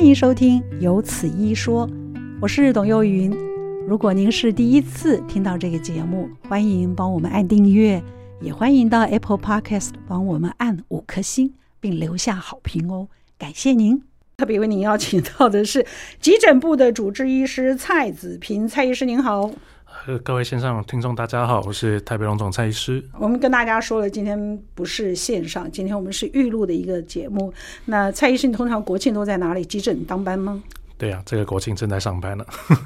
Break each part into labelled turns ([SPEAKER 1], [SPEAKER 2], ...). [SPEAKER 1] 迎收听《有此一说》，我是董幼云。如果您是第一次听到这个节目，欢迎帮我们按订阅，也欢迎到 Apple Podcast 帮我们按五颗星，并留下好评哦，感谢您。特别为您邀请到的是急诊部的主治医师蔡子平，蔡医师您好。
[SPEAKER 2] 呃，各位线上听众，大家好，我是台北荣总蔡医师。
[SPEAKER 1] 我们跟大家说了，今天不是线上，今天我们是预录的一个节目。那蔡医生，你通常国庆都在哪里？急诊当班吗？
[SPEAKER 2] 对啊，这个国庆正在上班呢。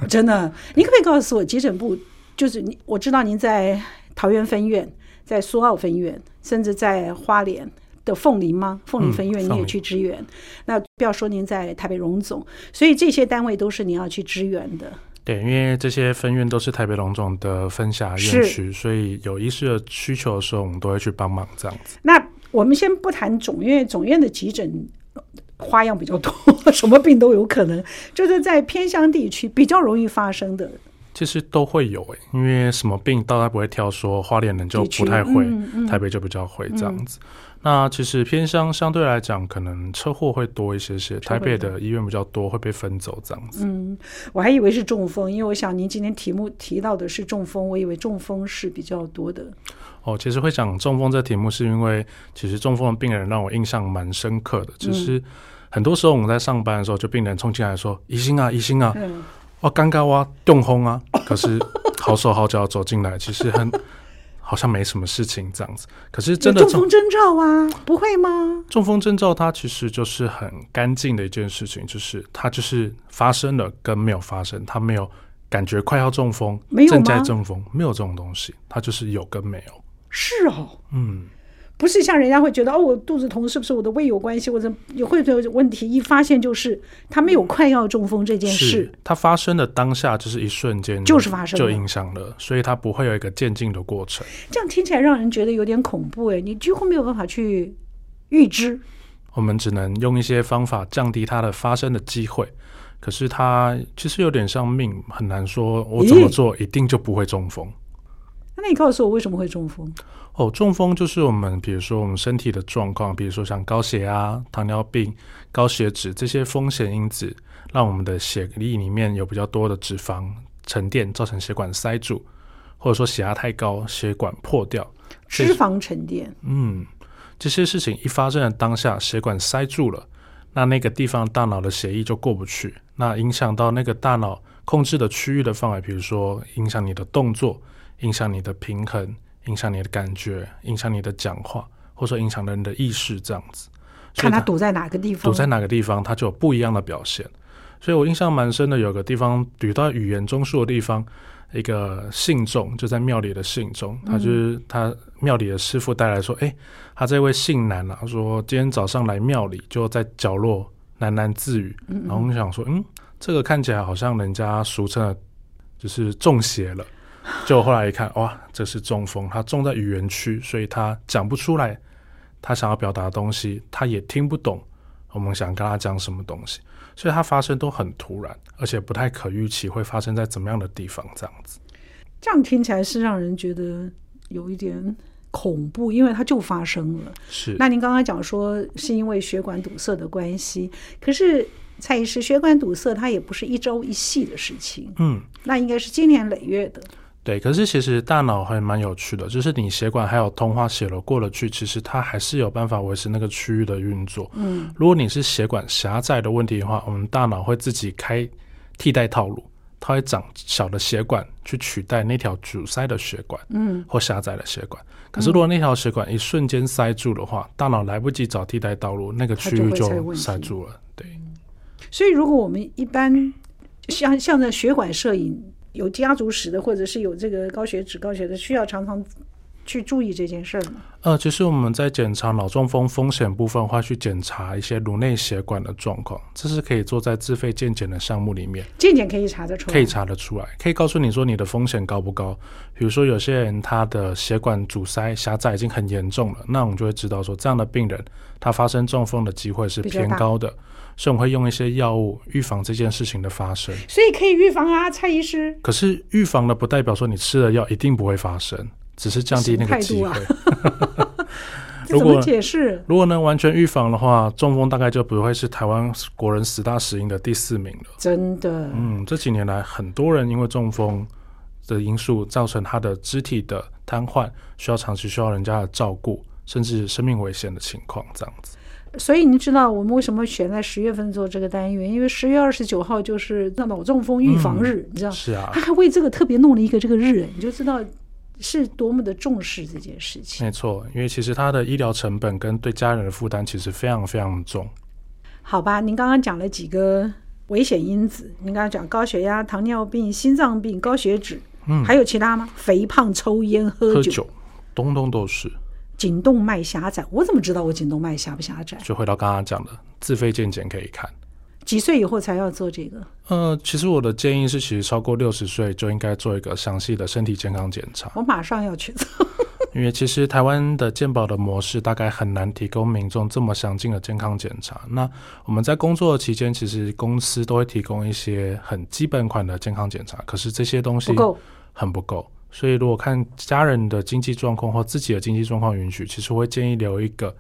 [SPEAKER 1] 真的，您可不可以告诉我，急诊部就是你？我知道您在桃园分院、在苏澳分院，甚至在花莲。的凤林吗？凤林分院你也去支援，嗯、那不要说您在台北荣总，所以这些单位都是你要去支援的。
[SPEAKER 2] 对，因为这些分院都是台北荣总的分辖院区，所以有医师的需求的时候，我们都会去帮忙这样子。
[SPEAKER 1] 那我们先不谈总院，总院的急诊花样比较多， 什么病都有可能，就是在偏乡地区比较容易发生的。
[SPEAKER 2] 其实都会有诶、欸，因为什么病大家不会挑说，花莲人就不太会，嗯嗯、台北就比较会这样子。嗯、那其实偏乡相对来讲，可能车祸会多一些些，台北的医院比较多会被分走这样子。
[SPEAKER 1] 嗯，我还以为是中风，因为我想您今天题目提到的是中风，我以为中风是比较多的。
[SPEAKER 2] 哦，其实会讲中风这题目，是因为其实中风的病人让我印象蛮深刻的。
[SPEAKER 1] 嗯
[SPEAKER 2] 其实很多时候我们在上班的时候，就病人冲进来说：“疑心啊，疑心啊。”哦，尴尬啊，中风啊！可是好手好脚走进来，其实很好像没什么事情这样子。可是真的
[SPEAKER 1] 中风征兆啊，不会吗？
[SPEAKER 2] 中风征兆它其实就是很干净的一件事情，就是它就是发生了跟没有发生，它没有感觉快要中风，
[SPEAKER 1] 没有
[SPEAKER 2] 正在中风，没有这种东西，它就是有跟没有。
[SPEAKER 1] 是哦，
[SPEAKER 2] 嗯。
[SPEAKER 1] 不是像人家会觉得哦，我肚子痛是不是我的胃有关系，或者也会有问题？一发现就是他没有快要中风这件事，
[SPEAKER 2] 它发生的当下就是一瞬间，
[SPEAKER 1] 就是发生
[SPEAKER 2] 就影响了，所以它不会有一个渐进的过程。
[SPEAKER 1] 这样听起来让人觉得有点恐怖哎，你几乎没有办法去预知。
[SPEAKER 2] 我们只能用一些方法降低它的发生的机会，可是它其实有点像命，很难说我怎么做一定就不会中风。
[SPEAKER 1] 那你告诉我为什么会中风？
[SPEAKER 2] 哦，中风就是我们，比如说我们身体的状况，比如说像高血压、糖尿病、高血脂这些风险因子，让我们的血液里面有比较多的脂肪沉淀，造成血管塞住，或者说血压太高，血管破掉。
[SPEAKER 1] 脂肪沉淀，
[SPEAKER 2] 嗯，这些事情一发生的当下，血管塞住了，那那个地方大脑的血液就过不去，那影响到那个大脑控制的区域的范围，比如说影响你的动作。影响你的平衡，影响你的感觉，影响你的讲话，或者说影响人的意识，这样子。
[SPEAKER 1] 看他堵在哪个地方，
[SPEAKER 2] 堵在哪个地方，他就有不一样的表现。所以我印象蛮深的，有个地方堵到语言中枢的地方，一个信众就在庙里的信众，他就是他庙里的师傅带来说，哎、嗯欸，他这位信男啊，说今天早上来庙里就在角落喃喃自语，嗯嗯然后我想说，嗯，这个看起来好像人家俗称的就是中邪了。 就后来一看，哇，这是中风，他中在语言区，所以他讲不出来，他想要表达的东西，他也听不懂。我们想跟他讲什么东西，所以它发生都很突然，而且不太可预期会发生在怎么样的地方，这样子。
[SPEAKER 1] 这样听起来是让人觉得有一点恐怖，因为它就发生了。
[SPEAKER 2] 是。
[SPEAKER 1] 那您刚刚讲说是因为血管堵塞的关系，可是。蔡医师，血管堵塞它也不是一朝一夕的事情，
[SPEAKER 2] 嗯，
[SPEAKER 1] 那应该是经年累月的。
[SPEAKER 2] 对，可是其实大脑还蛮有趣的，就是你血管还有通化血流过了去，其实它还是有办法维持那个区域的运作。
[SPEAKER 1] 嗯，
[SPEAKER 2] 如果你是血管狭窄的问题的话，我们大脑会自己开替代套路，它会长小的血管去取代那条阻塞的血管，
[SPEAKER 1] 嗯，
[SPEAKER 2] 或狭窄的血管。可是如果那条血管一瞬间塞住的话，大脑来不及找替代道路，那个区域就塞住了。对。
[SPEAKER 1] 所以，如果我们一般像像在血管摄影有家族史的，或者是有这个高血脂、高血脂，需要常常去注意这件事吗？
[SPEAKER 2] 呃，其实我们在检查脑中风风险部分，会去检查一些颅内血管的状况，这是可以做在自费健检的项目里面。
[SPEAKER 1] 健检可以查得出来，
[SPEAKER 2] 可以查得出来，可以告诉你说你的风险高不高。比如说，有些人他的血管阻塞狭窄已经很严重了，那我们就会知道说，这样的病人他发生中风的机会是偏高的。所以我们会用一些药物预防这件事情的发生，
[SPEAKER 1] 所以可以预防啊，蔡医师。
[SPEAKER 2] 可是预防了不 代表说你吃了药一定不会发生，只是降低那个机会。
[SPEAKER 1] 啊、 这怎
[SPEAKER 2] 如
[SPEAKER 1] 么
[SPEAKER 2] 果
[SPEAKER 1] 解释？
[SPEAKER 2] 如果能完全预防的话，中风大概就不会是台湾国人十大死因的第四名了。
[SPEAKER 1] 真的，
[SPEAKER 2] 嗯，这几年来，很多人因为中风的因素造成他的肢体的瘫痪，需要长期需要人家的照顾，甚至生命危险的情况，这样子。
[SPEAKER 1] 所以你知道我们为什么选在十月份做这个单元？因为十月二十九号就是脑中风预防日，你知道，
[SPEAKER 2] 是啊
[SPEAKER 1] 他，还为这个特别弄了一个这个日，你就知道是多么的重视这件事情。
[SPEAKER 2] 没错，因为其实他的医疗成本跟对家人的负担其实非常非常重。
[SPEAKER 1] 好吧，您刚刚讲了几个危险因子，您刚刚讲高血压、糖尿病、心脏病、高血脂，
[SPEAKER 2] 嗯
[SPEAKER 1] 还有其他吗？肥胖、抽烟、喝
[SPEAKER 2] 喝
[SPEAKER 1] 酒、
[SPEAKER 2] 酒，通通都是。
[SPEAKER 1] 颈动脉狭窄。我怎么知道我颈动脉狭不狭窄？
[SPEAKER 2] 就回到刚刚讲的，自费健检可以看。
[SPEAKER 1] 几岁以后才要做这个？
[SPEAKER 2] 呃，其实我的建议是，其实超过六十岁就应该做一个详细的身体健康检查，
[SPEAKER 1] 我马上要去做。
[SPEAKER 2] 因为其实台湾的健保的模式大概很难提供民众这么详尽的健康检查。那我们在工作的期间，其实公司都会提供一些很基本款的健康检查，可是这些东西
[SPEAKER 1] 不够，
[SPEAKER 2] 很不够。所以如果看家人的经济状况或自己的经济状况允许，其实我会建议留一个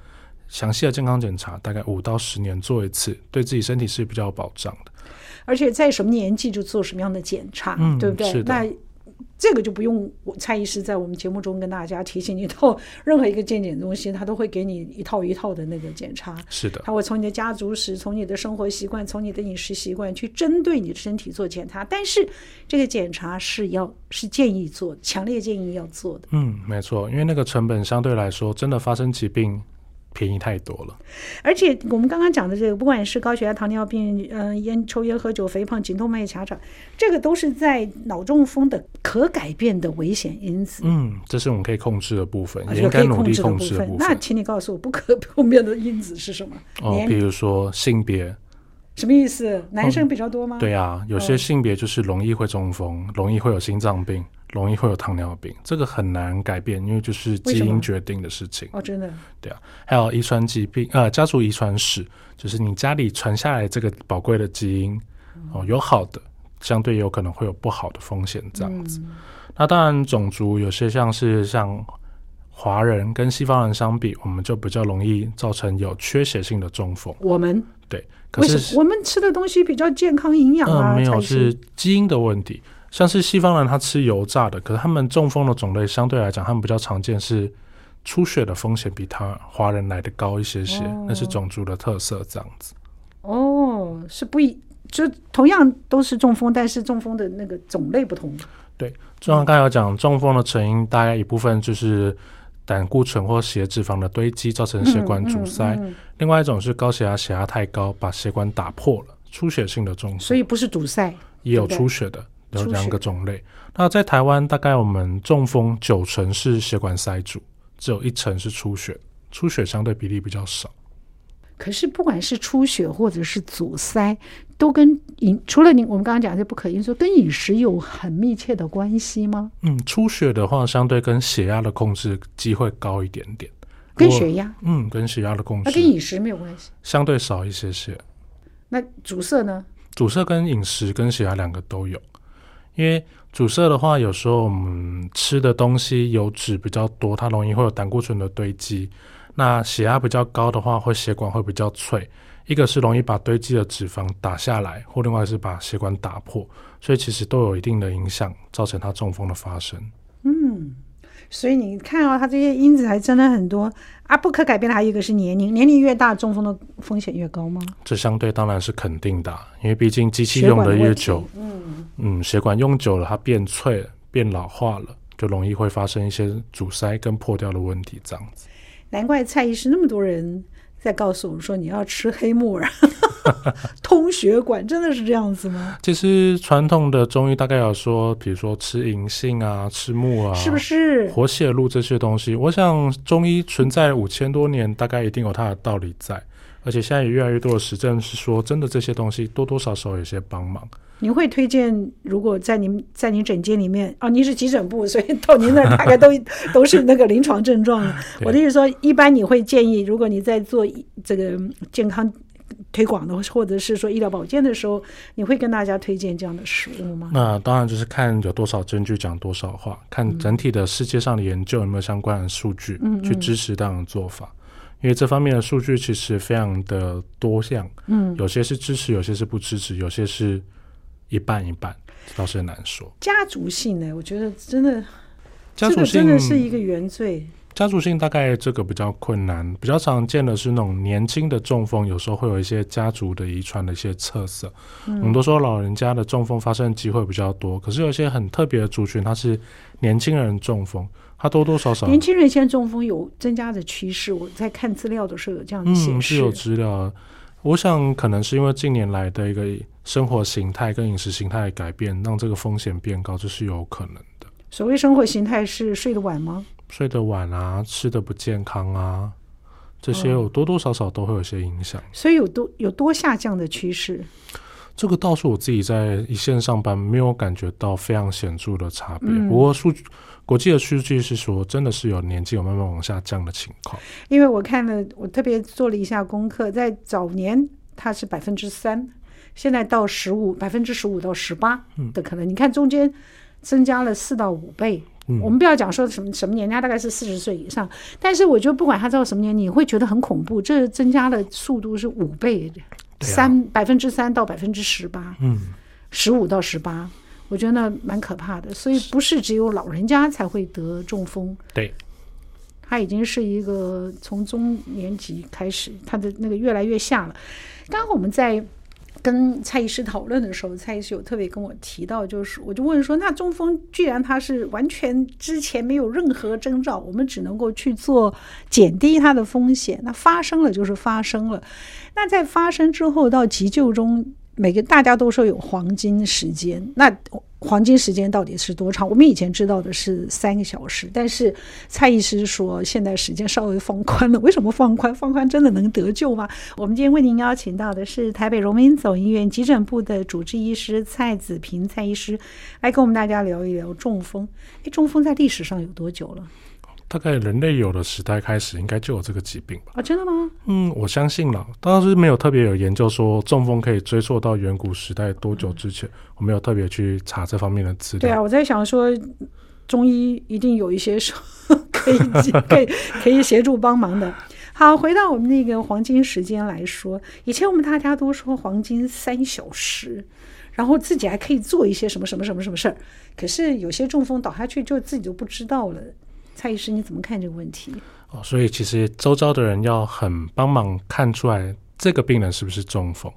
[SPEAKER 2] 详细的健康检查，大概五到十年做一次，对自己身体是比较有保障的。
[SPEAKER 1] 而且在什么年纪就做什么样的检查，
[SPEAKER 2] 嗯
[SPEAKER 1] 对不对
[SPEAKER 2] 是？的
[SPEAKER 1] 那这个就不用我蔡医师在我们节目中跟大家提醒，你到任何一个健检中心，他都会给你一套一套的那个检查。
[SPEAKER 2] 是的，
[SPEAKER 1] 他会从你的家族史、从你的生活习惯、从你的饮食习惯去针对你的身体做检查，但是这个检查是要是建议做，强烈建议要做的。
[SPEAKER 2] 嗯，没错，因为那个成本相对来说，真的发生疾病便宜太多了。
[SPEAKER 1] 而且我们刚刚讲的这个，不管是高血压、糖尿病、嗯、烟、抽烟、喝酒、肥胖、颈动脉狭窄，这个都是在脑中风的可改变的危险因子。
[SPEAKER 2] 嗯，这是我们可以控制的部分，
[SPEAKER 1] 而
[SPEAKER 2] 也
[SPEAKER 1] 且
[SPEAKER 2] 应
[SPEAKER 1] 啊可
[SPEAKER 2] 该
[SPEAKER 1] 以
[SPEAKER 2] 努力
[SPEAKER 1] 制的部
[SPEAKER 2] 控制的部
[SPEAKER 1] 那
[SPEAKER 2] 分。
[SPEAKER 1] 请你告诉我，不可碰面的因子是什么？
[SPEAKER 2] 哦，
[SPEAKER 1] 年
[SPEAKER 2] 比
[SPEAKER 1] 龄
[SPEAKER 2] 如说性
[SPEAKER 1] 啊
[SPEAKER 2] 别，
[SPEAKER 1] 什么意思？男生比较多吗？
[SPEAKER 2] 对啊，有
[SPEAKER 1] 哦
[SPEAKER 2] 些性别就是容易会中风，容易会有心脏病，容易会有糖尿病，这个很难改变，因为就是
[SPEAKER 1] 为
[SPEAKER 2] 基
[SPEAKER 1] 什么
[SPEAKER 2] 因决定的事情。
[SPEAKER 1] 哦，真的，
[SPEAKER 2] 对啊，还有遗传疾病，呃，家族遗传史，就是你家里传下来这个宝贵的基因，哦，有好的，相对也有可能会有不好的风险这样子。
[SPEAKER 1] 嗯
[SPEAKER 2] 那当然，种族有些像是像华人跟西方人相比，我们就比较容易造成有缺血性的中风。
[SPEAKER 1] 我们
[SPEAKER 2] 对，可
[SPEAKER 1] 为什
[SPEAKER 2] 是
[SPEAKER 1] 么我们吃的东西比较健康营养
[SPEAKER 2] 嗯、
[SPEAKER 1] 啊？
[SPEAKER 2] 没有
[SPEAKER 1] 才
[SPEAKER 2] 是基因的问题。像是西方人他吃油炸的，可是他们中风的种类相对来讲，他们比较常见是出血的风险比他华人来的高一些些，
[SPEAKER 1] 哦
[SPEAKER 2] 那是种族的特色这样子。
[SPEAKER 1] 哦，是不一，就同样都是中风，但是中风的那个种类不同。
[SPEAKER 2] 就像刚才有讲，中风的成因大概一部分就是胆固醇或血脂肪的堆积造成血管阻塞，
[SPEAKER 1] 嗯嗯嗯
[SPEAKER 2] 另外一种是高血压，血压太高把血管打破了，出血性的中风。
[SPEAKER 1] 所以不是堵塞。
[SPEAKER 2] 也有
[SPEAKER 1] 对不对
[SPEAKER 2] 出血的，有
[SPEAKER 1] 出血
[SPEAKER 2] 两个种类。那在台湾，大概我们中风九成是血管塞住，只有一成是出血，出血相对比例比较少。
[SPEAKER 1] 可是不管是出血或者是阻塞，都跟饮除了您我们刚刚讲的不可因素，跟饮食有很密切的关系吗？
[SPEAKER 2] 嗯，出血的话，相对跟血压的控制机会高一点点。
[SPEAKER 1] 跟
[SPEAKER 2] 如果
[SPEAKER 1] 血压，
[SPEAKER 2] 嗯，跟血压的控
[SPEAKER 1] 那跟
[SPEAKER 2] 制
[SPEAKER 1] 饮食没有关系。
[SPEAKER 2] 相对少一些些。
[SPEAKER 1] 那阻塞呢？
[SPEAKER 2] 阻塞跟饮食跟血压两个都有，因为阻塞的话，有时候我们吃的东西油脂比较多，它容易会有胆固醇的堆积。那血压比较高的话，会血管会比较脆，一个是容易把堆积的脂肪打下来，或另外是把血管打破，所以其实都有一定的影响，造成它中风的发生。
[SPEAKER 1] 所以你看啊、它这些因子还真的很多啊，不可改变的还有一个是年龄，年龄越大，中风的风险越高吗？
[SPEAKER 2] 这相对当然是肯定的啊、因为毕竟机器
[SPEAKER 1] 血
[SPEAKER 2] 用
[SPEAKER 1] 管
[SPEAKER 2] 的
[SPEAKER 1] 的问
[SPEAKER 2] 越
[SPEAKER 1] 题
[SPEAKER 2] 久，嗯，血管用久了，它变脆了，变老化了，就容易会发生一些阻塞跟破掉的问题，这样子。
[SPEAKER 1] 难怪蔡医师那么多人在告诉我们说你要吃黑木耳， 通血管，真的是这样子吗？
[SPEAKER 2] 其实传统的中医大概有说，比如说吃银杏啊、吃木啊，
[SPEAKER 1] 是不是？
[SPEAKER 2] 活血路这些东西？我想中医存在五千多年，大概一定有它的道理在。而且现在也越来越多的实证是说，真的这些东西多多少少有些帮忙。
[SPEAKER 1] 您会推荐，如果在您在您诊间里面，哦，您是急诊部， 所以到您那儿大概都 都是那个临床症状了。
[SPEAKER 2] 对
[SPEAKER 1] 我的意思说，一般你会建议，如果你在做呃这个健康推广的，或者是说医疗保健的时候，你会跟大家推荐这样的食物吗？
[SPEAKER 2] 那当然就是看有多少证据讲
[SPEAKER 1] 嗯
[SPEAKER 2] 多少话，看整体的世界上的研究有没有相关的数据去支持这样的做法。因为这方面的数据其实非常的多项，
[SPEAKER 3] 嗯，
[SPEAKER 2] 有些是支持，有些是不支持，有些是一半一半，这倒是很难说。
[SPEAKER 1] 家族性呢，我觉得真的，
[SPEAKER 2] 家
[SPEAKER 1] 这
[SPEAKER 2] 族
[SPEAKER 1] 个
[SPEAKER 2] 性
[SPEAKER 1] 真的是一个原罪。
[SPEAKER 2] 家族性大概这个比较困难，比较常见的是那种年轻的中风，有时候会有一些家族的遗传的一些特色。
[SPEAKER 1] 嗯
[SPEAKER 2] 我们都说老人家的中风发生的机会比较多，可是有一些很特别的族群，他是年轻人中风，他多多少少
[SPEAKER 1] 年轻人现在中风有增加的趋势，我在看资料的时候有这样显
[SPEAKER 2] 嗯是
[SPEAKER 1] 示。
[SPEAKER 2] 有资料的。我想可能是因为近年来的一个生活形态跟饮食形态的改变，让这个风险变高，这是有可能的。
[SPEAKER 1] 所谓生活形态是睡得晚吗？
[SPEAKER 2] 睡得晚啊，吃的不健康啊，这
[SPEAKER 1] 嗯
[SPEAKER 2] 些有多多少少都会有一些影响。
[SPEAKER 1] 所以有多有多下降的趋势。
[SPEAKER 2] 这个倒是我自己在一线上班没有感觉到非常显著的差别。
[SPEAKER 1] 嗯
[SPEAKER 2] 不过数据国际的数据是说，真的是有年纪有慢慢往下降的情况。
[SPEAKER 1] 因为我看了，我特别做了一下功课，在早年它是百分之三，现在到十五百分之十五到十八
[SPEAKER 2] 嗯
[SPEAKER 1] 的可能。你看中间增加了四到五倍。
[SPEAKER 2] 嗯，
[SPEAKER 1] 我们不要讲说什么什么年龄，他大概是四十岁以上，但是我觉得不管他到什么年龄，你会觉得很恐怖，这增加的速度是五倍，
[SPEAKER 2] 对啊
[SPEAKER 1] 三百分之三到百分之十八，
[SPEAKER 2] 嗯，
[SPEAKER 1] 十五到十八，我觉得那蛮可怕的。所以不是只有老人家才会得中风，
[SPEAKER 2] 对，
[SPEAKER 1] 它已经是一个从中年级开始，它的那个越来越下了。刚刚我们在跟蔡医师讨论的时候，蔡医师有特别跟我提到，就是我就问说，那中风既然它是完全之前没有任何征兆，我们只能够去做减低它的风险，那发生了就是发生了。那在发生之后到急救中，每个大家都说有黄金时间，那黄金时间到底是多长？我们以前知道的是三个小时，但是蔡医师说现在时间稍微放宽了。为什么放宽？放宽真的能得救吗？ 我们今天为您邀请到的是台北荣民总医院急诊部的主治医师蔡子平蔡医师，来跟我们大家聊一聊中风。哎，中风在历史上有多久了？
[SPEAKER 2] 大概人类有的时代开始，应该就有这个疾病吧。
[SPEAKER 1] 啊，真的吗？
[SPEAKER 2] 嗯，我相信了。当时没有特别有研究说中风可以追溯到远古时代多久之前，我没有特别去查这方面的资料。
[SPEAKER 1] 嗯对啊，我在想说，中医一定有一些手 可以可以可以协助帮忙的。好，回到我们那个黄金时间来说，以前我们大家都说黄金三小时，然后自己还可以做一些什么什么什么什么事儿，可是有些中风倒下去就自己就不知道了。蔡医师，你怎么看这个问题？
[SPEAKER 2] 哦，所以其实周遭的人要很帮忙看出来这个病人是不是中风。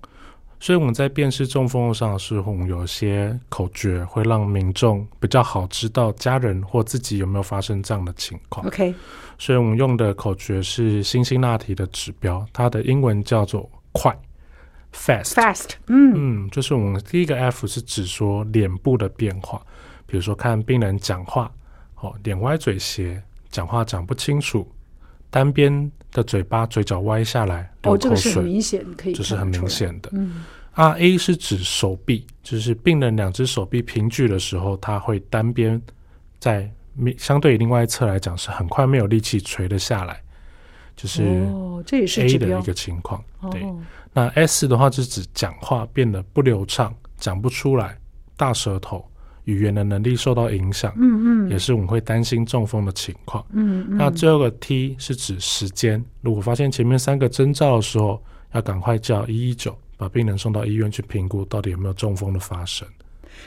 [SPEAKER 2] 所以我们在辨识中风上是我们有一些口诀，会让民众比较好知道家人或自己有没有发生这样的情况。
[SPEAKER 1] OK，
[SPEAKER 2] 所以我们用的口诀是辛辛那提的指标，它的英文叫做快 （fast）。
[SPEAKER 1] fast，嗯，
[SPEAKER 2] 嗯，就是我们第一个 F 是指说脸部的变化，比如说看病人讲话，哦，脸歪嘴斜，讲话讲不清楚，单边的嘴巴嘴角歪下来，流
[SPEAKER 1] 哦，这
[SPEAKER 2] 口
[SPEAKER 1] 个是很
[SPEAKER 2] 水，
[SPEAKER 1] 明显，可以
[SPEAKER 2] 这是
[SPEAKER 1] 看
[SPEAKER 2] 很
[SPEAKER 1] 得出
[SPEAKER 2] 明
[SPEAKER 1] 来。
[SPEAKER 2] 显的。
[SPEAKER 1] 嗯
[SPEAKER 2] R A 是指手臂，就是病人两只手臂平举的时候，他会单边在相对于另外一侧来讲是很快没有力气垂了下来，就是
[SPEAKER 1] 哦，这也是
[SPEAKER 2] A
[SPEAKER 1] 指
[SPEAKER 2] 的
[SPEAKER 1] 标
[SPEAKER 2] 一。个情况。对
[SPEAKER 1] 哦，
[SPEAKER 2] 那 S 的话是指讲话变得不流畅，讲不出来，大舌头，语言的能力受到影响，
[SPEAKER 1] 嗯
[SPEAKER 2] 也
[SPEAKER 1] 嗯
[SPEAKER 2] 是我们会担心中风的情况。
[SPEAKER 1] 嗯嗯，
[SPEAKER 2] 那最后一个 T 是指时间，如果发现前面三个征兆的时候，要赶快叫一一九，把病人送到医院去评估到底有没有中风的发生。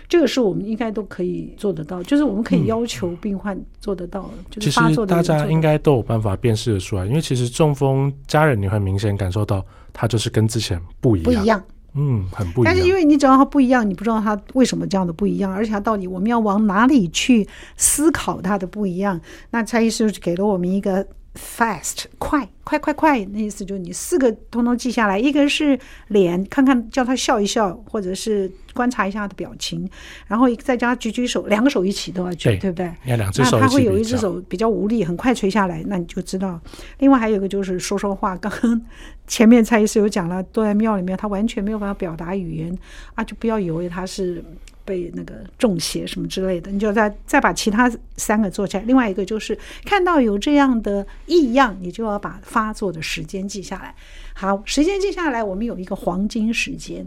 [SPEAKER 1] 这个是我们应该都可以做得到，就是我们可以
[SPEAKER 2] 嗯
[SPEAKER 1] 要求病患做得到，就
[SPEAKER 2] 其
[SPEAKER 1] 是
[SPEAKER 2] 实
[SPEAKER 1] 发作的
[SPEAKER 2] 大
[SPEAKER 1] 人做得
[SPEAKER 2] 家
[SPEAKER 1] 到
[SPEAKER 2] 应该都有办法辨识得出来，因为其实中风家人你会明显感受到，他就是跟之前不一
[SPEAKER 1] 不一
[SPEAKER 2] 样，
[SPEAKER 1] 样，
[SPEAKER 2] 嗯，很不一
[SPEAKER 1] 但
[SPEAKER 2] 样。
[SPEAKER 1] 是因为你只要它不一样，你不知道它为什么这样的不一样，而且它到底我们要往哪里去思考它的不一样。那蔡医师就给了我们一个 fast 快快快快，那意思就是你四个通通记下来，一个是脸，看看叫他笑一笑，或者是观察一下他的表情，然后再加举举手，两个手一起都要举，
[SPEAKER 2] 对
[SPEAKER 1] 对不对？
[SPEAKER 2] 要两只
[SPEAKER 1] 那
[SPEAKER 2] 手
[SPEAKER 1] 他
[SPEAKER 2] 起
[SPEAKER 1] 会有
[SPEAKER 2] 比
[SPEAKER 1] 一只
[SPEAKER 2] 较
[SPEAKER 1] 手比较无力，很快垂下来，那你就知道。另外还有一个就是说说话，刚刚 前面蔡医师有讲了，坐在庙里面他完全没有办法表达语言啊，就不要以为他是被那个中邪什么之类的，你就再再把其他三个做起来。另外一个就是看到有这样的异样，你就要把发作的时间记下来。好，时间记下来，我们有一个黄金时间，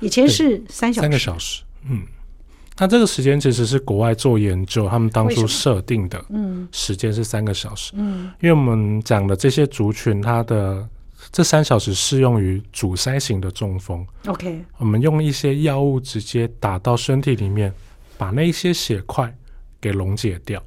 [SPEAKER 1] 以前
[SPEAKER 2] 对
[SPEAKER 1] 是三小
[SPEAKER 2] 三个
[SPEAKER 1] 时，
[SPEAKER 2] 小时，嗯，那这个时间其实是国外做研究，他们当
[SPEAKER 1] 为什
[SPEAKER 2] 初
[SPEAKER 1] 么
[SPEAKER 2] 设定的
[SPEAKER 1] 嗯
[SPEAKER 2] 时间是三个小时，
[SPEAKER 1] 嗯
[SPEAKER 2] 因为我们讲的这些族群，它的这三小时适用于阻塞型的中风。
[SPEAKER 1] ，OK，
[SPEAKER 2] 我们用一些药物直接打到身体里面，把那些血块给溶解掉。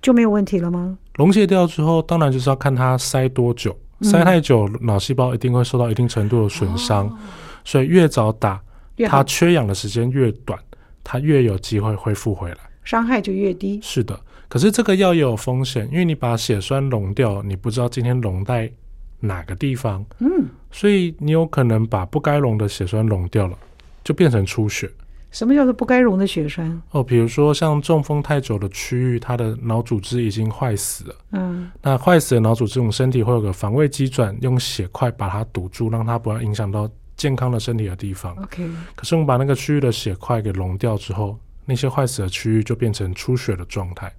[SPEAKER 1] 就没有问题了吗？
[SPEAKER 2] 溶解掉之后，当然就是要看它塞多久，
[SPEAKER 1] 嗯
[SPEAKER 2] 塞太久，脑细胞一定会受到一定程度的损伤，
[SPEAKER 1] 哦
[SPEAKER 2] 所以越早打，
[SPEAKER 1] 越
[SPEAKER 2] 它
[SPEAKER 1] 好，
[SPEAKER 2] 缺氧的时间越短，它越有机会恢复回来。
[SPEAKER 1] 伤害就越低。
[SPEAKER 2] 是的，可是这个药也有风险，因为你把血栓溶掉，你不知道今天溶在哪个地方，
[SPEAKER 1] 嗯，
[SPEAKER 2] 所以你有可能把不该溶的血栓溶掉了，就变成出血。
[SPEAKER 1] 什么叫做不该溶的血栓？
[SPEAKER 2] 哦，比如说像中风太久的区域，它的脑组织已经坏死了。
[SPEAKER 1] 嗯
[SPEAKER 2] 那坏死的脑组织，我们身体会有个防卫机转，用血块把它堵住，让它不要影响到健康的身体的地方。
[SPEAKER 1] ，OK，
[SPEAKER 2] 可是我们把那个区域的血块给溶掉之后，那些坏死的区域就变成出血的状态。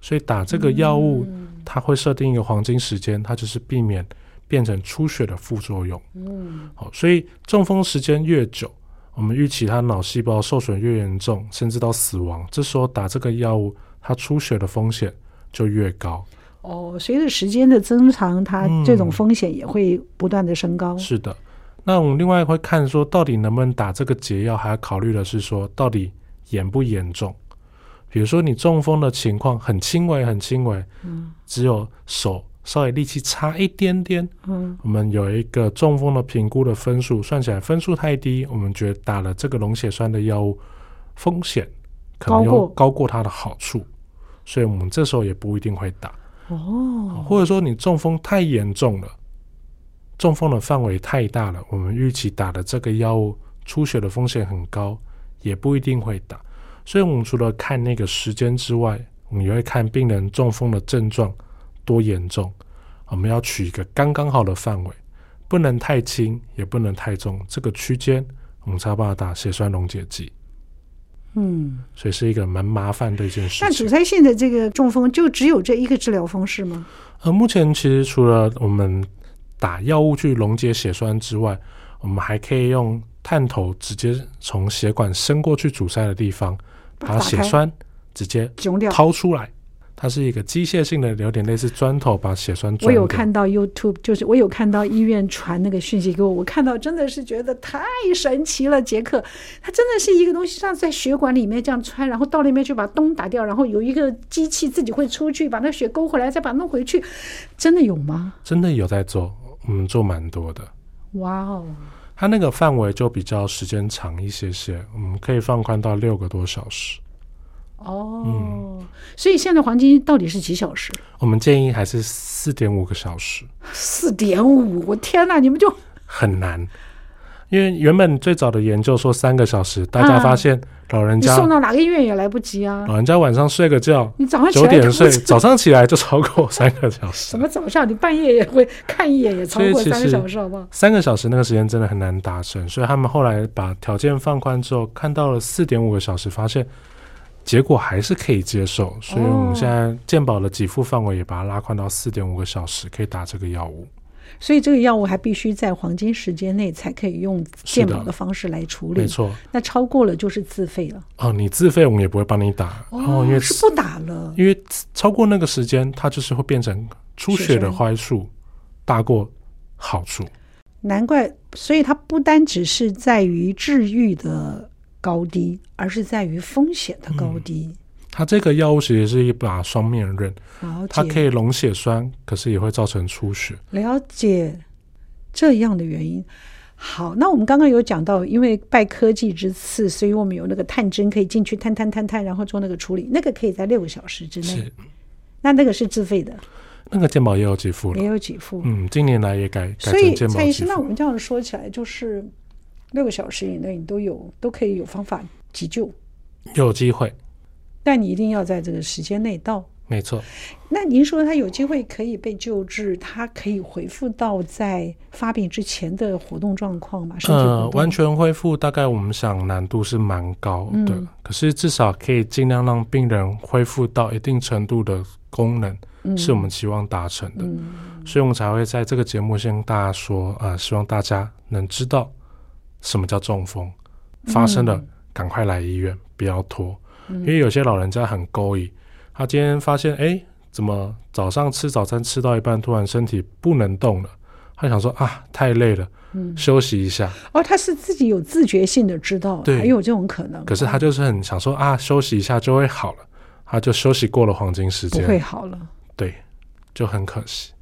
[SPEAKER 2] 所以打这个药物，
[SPEAKER 1] 嗯
[SPEAKER 2] 它会设定一个黄金时间，它就是避免变成出血的副作用。
[SPEAKER 1] 嗯
[SPEAKER 2] 好，所以中风时间越久，我们预期它脑细胞受损越严重，甚至到死亡。这时候打这个药物，它出血的风险就越高。
[SPEAKER 1] 哦，随着时间的增长，它
[SPEAKER 2] 嗯
[SPEAKER 1] 这种风险也会不断的升高。
[SPEAKER 2] 是的，那我们另外会看说，到底能不能打这个解药，还要考虑的是说，到底严不严重。比如说你中风的情况很轻微，很轻微，
[SPEAKER 1] 嗯
[SPEAKER 2] 只有手稍微力气差一点点，
[SPEAKER 1] 嗯
[SPEAKER 2] 我们有一个中风的评估的分数，算起来分数太低，我们觉得打了这个溶血栓的药物，风险可能
[SPEAKER 1] 高
[SPEAKER 2] 又
[SPEAKER 1] 过
[SPEAKER 2] 高过它的好处，所以我们这时候也不一定会打。
[SPEAKER 1] 哦，
[SPEAKER 2] 或者说你中风太严重了，中风的范围太大了，我们预期打的这个药物出血的风险很高，也不一定会打。所以，我们除了看那个时间之外，我们也会看病人中风的症状多严重。我们要取一个刚刚好的范围，不能太轻，也不能太重，这个区间我们才有办法打血栓溶解剂。
[SPEAKER 1] 嗯，
[SPEAKER 2] 所以是一个蛮麻烦的一件事
[SPEAKER 1] 那
[SPEAKER 2] 情
[SPEAKER 1] 阻。塞性的这个中风就只有这一个治疗方式吗？
[SPEAKER 2] 呃，目前其实除了我们打药物去溶解血栓之外，我们还可以用探头直接从血管伸过去阻塞的地方，把
[SPEAKER 1] 打
[SPEAKER 2] 血
[SPEAKER 1] 开
[SPEAKER 2] 栓直接
[SPEAKER 1] 囧掉。
[SPEAKER 2] 掏出来。它是一个机械性的，有点类似砖头把血栓
[SPEAKER 1] 我
[SPEAKER 2] 钻
[SPEAKER 1] 有
[SPEAKER 2] 掉。
[SPEAKER 1] 看到 YouTube，就是我有看到医院传那个讯息给我，我看到真的是觉得太神奇了，杰克，它真的是一个东西，像在血管里面这样穿，然后到那边去把咚打掉，然后有一个机器自己会出去把那血勾回来，再把它弄回去，真的有吗？
[SPEAKER 2] 真的有在做，我们做蛮多的。
[SPEAKER 1] 哇哦，
[SPEAKER 2] 它那个范围就比较时间长一些些，我们可以放宽到六个多小时。
[SPEAKER 1] 哦，
[SPEAKER 2] 嗯
[SPEAKER 1] 所以现在黄金到底是几小时？
[SPEAKER 2] 我们建议还是四点五个小时。
[SPEAKER 1] 四点五，我天哪，你们就
[SPEAKER 2] 很难，因为原本最早的研究说三个小时，大家发现老
[SPEAKER 1] 嗯
[SPEAKER 2] 人
[SPEAKER 1] 你
[SPEAKER 2] 家、
[SPEAKER 1] 送到哪个医院也来不及啊，
[SPEAKER 2] 老人家晚上睡个觉，
[SPEAKER 1] 你早上起
[SPEAKER 2] 九
[SPEAKER 1] 来
[SPEAKER 2] 点
[SPEAKER 1] 看
[SPEAKER 2] 睡，早上起来就超过三个小时
[SPEAKER 1] 什。么早上，你半夜也会看一眼，也超
[SPEAKER 2] 所以
[SPEAKER 1] 过
[SPEAKER 2] 其
[SPEAKER 1] 三个
[SPEAKER 2] 实
[SPEAKER 1] 小时，好不好？
[SPEAKER 2] 三个小时那个时间真的很难达成，所以他们后来把条件放宽之后，看到了四点五个小时，发现结果还是可以接受，所以我们现在健保的给付范围也把它拉宽到四点五个小时，可以打这个药物。
[SPEAKER 1] 嗯所以这个药物还必须在黄金时间内才可以用健保的方式来处
[SPEAKER 2] 没
[SPEAKER 1] 理。
[SPEAKER 2] 错，
[SPEAKER 1] 那超过了就是自费了。
[SPEAKER 2] 哦，你自费我们也不会帮你打，哦，因为
[SPEAKER 1] 是不打了。
[SPEAKER 2] 因为超过那个时间，它就是会变成出血的坏处大过好处。
[SPEAKER 1] 难怪，所以它不单只是在于治愈的高低，而是在于风险的高低。
[SPEAKER 2] 它这个药物其实是一把双面刃，
[SPEAKER 1] 了
[SPEAKER 2] 嗯它可
[SPEAKER 1] 解，
[SPEAKER 2] 以溶血栓，可是也会造成出血。
[SPEAKER 1] 了解这样的原因。好，那我们刚刚有讲到，因为拜科技之赐，所以我们有那个探针可以进去探探探探，然后做那个处理，那个可以在六个小时之内。
[SPEAKER 2] 是
[SPEAKER 1] 那那个是自费的，
[SPEAKER 2] 那个健保也有给付
[SPEAKER 1] 也
[SPEAKER 2] 了，
[SPEAKER 1] 有给付。
[SPEAKER 2] 嗯，近年来也改改
[SPEAKER 1] 所以
[SPEAKER 2] 成健保
[SPEAKER 1] 蔡医
[SPEAKER 2] 给
[SPEAKER 1] 师，那我
[SPEAKER 2] 付。
[SPEAKER 1] 们这样说起来，就是六个小时以内你都有都可以有方法急救，
[SPEAKER 2] 有机会，
[SPEAKER 1] 但你一定要在这个时间内到。
[SPEAKER 2] 没错。
[SPEAKER 1] 那您说他有机会可以被救治，他可以恢复到在发病之前的活动状况吗？身体活
[SPEAKER 2] 呃，
[SPEAKER 1] 动
[SPEAKER 2] 完全恢复大概我们想难度是蛮高的，
[SPEAKER 1] 嗯
[SPEAKER 2] 可是至少可以尽量让病人恢复到一定程度的功能，
[SPEAKER 1] 嗯
[SPEAKER 2] 是我们期望达成的。
[SPEAKER 1] 嗯
[SPEAKER 2] 所以我们才会在这个节目先跟大家
[SPEAKER 1] 嗯
[SPEAKER 2] 说，呃，希望大家能知道什么叫中风，发生了赶快来医院，不要拖，因为有些老人家很勾引，他今天发现哎、诶怎么早上吃早餐吃到一半，突然身体不能动了，他想说啊太累了，
[SPEAKER 1] 嗯
[SPEAKER 2] 休息一下。
[SPEAKER 1] 哦，他是自己有自觉性的知道，
[SPEAKER 2] 对
[SPEAKER 1] 还有这种可能，
[SPEAKER 2] 可是他就是很想说啊休息一下就会好了，他就休息过了黄金时
[SPEAKER 1] 不会
[SPEAKER 2] 间，
[SPEAKER 1] 好了。
[SPEAKER 2] 对，就很可惜。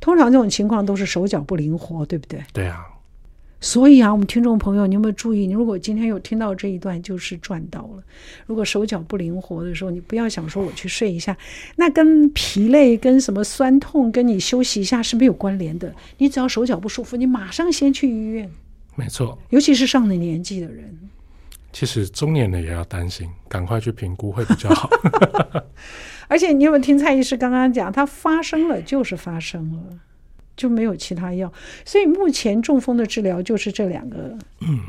[SPEAKER 1] 通常这种情况都是手脚不灵活，对不对？
[SPEAKER 2] 对啊，
[SPEAKER 1] 所以啊，我们听众朋友，你有没有注意？你如果今天有听到这一段，就是赚到了。如果手脚不灵活的时候，你不要想说我去睡一下，那跟疲累、跟什么酸痛、跟你休息一下是没有关联的。你只要手脚不舒服，你马上先去医院，
[SPEAKER 2] 没错。
[SPEAKER 1] 尤其是上了年纪的人。
[SPEAKER 2] 其实中年人也要担心，赶快去评估会比较 好。
[SPEAKER 1] 而且你有没有听蔡医师刚刚讲，它发生了就是发生了，就没有其他药。所以目前中风的治疗就是这两个